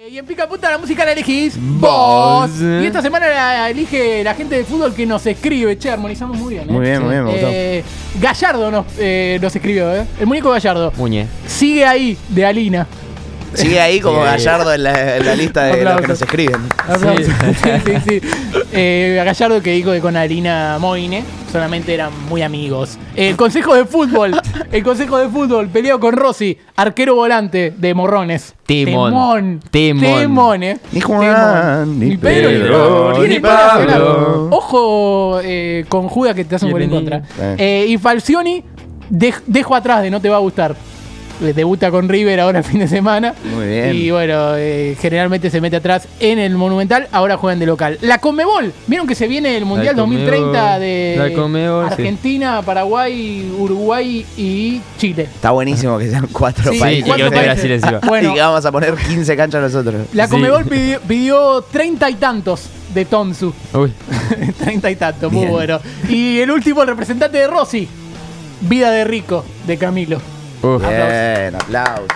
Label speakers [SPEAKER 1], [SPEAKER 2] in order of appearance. [SPEAKER 1] Eh, Y en Pica Punta la música la elegís vos. Y esta semana la elige la gente de fútbol que nos escribe. Che, armonizamos muy bien. ¿eh?
[SPEAKER 2] Muy bien, muy bien, me gustó.
[SPEAKER 1] Eh, Gallardo nos, eh, nos escribió, ¿eh? El muñeco Gallardo.
[SPEAKER 3] Muñe.
[SPEAKER 1] Sigue ahí, de Alina.
[SPEAKER 4] Sigue ahí como
[SPEAKER 3] Sigue ahí.
[SPEAKER 4] Gallardo en la, en la lista de los
[SPEAKER 1] Aplausos.
[SPEAKER 4] que nos escriben.
[SPEAKER 1] Sí, sí, sí. Eh, a Gallardo que dijo que con Alina Moine solamente eran muy amigos. El consejo de fútbol. El consejo de fútbol. Peleo con Rossi, arquero volante de Morrones.
[SPEAKER 3] Timón.
[SPEAKER 1] Timón.
[SPEAKER 3] Timón.
[SPEAKER 1] Timón, eh.
[SPEAKER 4] Ni Juan,
[SPEAKER 1] Ni
[SPEAKER 4] ni
[SPEAKER 1] Pedro, ni
[SPEAKER 2] Pedro,
[SPEAKER 1] Pablo.
[SPEAKER 2] ni
[SPEAKER 1] Tiene para
[SPEAKER 2] Pablo.
[SPEAKER 1] Pablo. Ojo eh, con Judas que te hace un gol en
[SPEAKER 3] Tiene
[SPEAKER 1] contra. Eh, y Falcioni, dej- dejo atrás de no te va a gustar. Eh, Debuta con River ahora el fin de semana.
[SPEAKER 4] Muy bien.
[SPEAKER 1] Y bueno, eh, generalmente se mete atrás en el Monumental. Ahora juegan de local. La Comebol. Vieron que se viene el Mundial
[SPEAKER 3] La Conmebol.
[SPEAKER 1] 2030 de
[SPEAKER 3] La Conmebol, sí.
[SPEAKER 1] Argentina, Paraguay, Uruguay y Chile.
[SPEAKER 4] Está buenísimo que sean cuatro
[SPEAKER 1] Sí,
[SPEAKER 3] Sí,
[SPEAKER 4] países.
[SPEAKER 3] que
[SPEAKER 1] cuatro
[SPEAKER 3] quedó
[SPEAKER 1] países.
[SPEAKER 3] Brasil encima.
[SPEAKER 1] Bueno.
[SPEAKER 4] Y que vamos a poner 15 canchas nosotros.
[SPEAKER 1] La
[SPEAKER 3] Sí.
[SPEAKER 1] Comebol pidió- pidió treinta y tantos de Tonsu.
[SPEAKER 3] Uy.
[SPEAKER 1] Treinta y tanto, muy
[SPEAKER 4] Bien.
[SPEAKER 1] bueno. Y el último, el representante de Rossi. Vida de Rico, de Camilo.
[SPEAKER 3] Uf.
[SPEAKER 4] Bien, aplauso.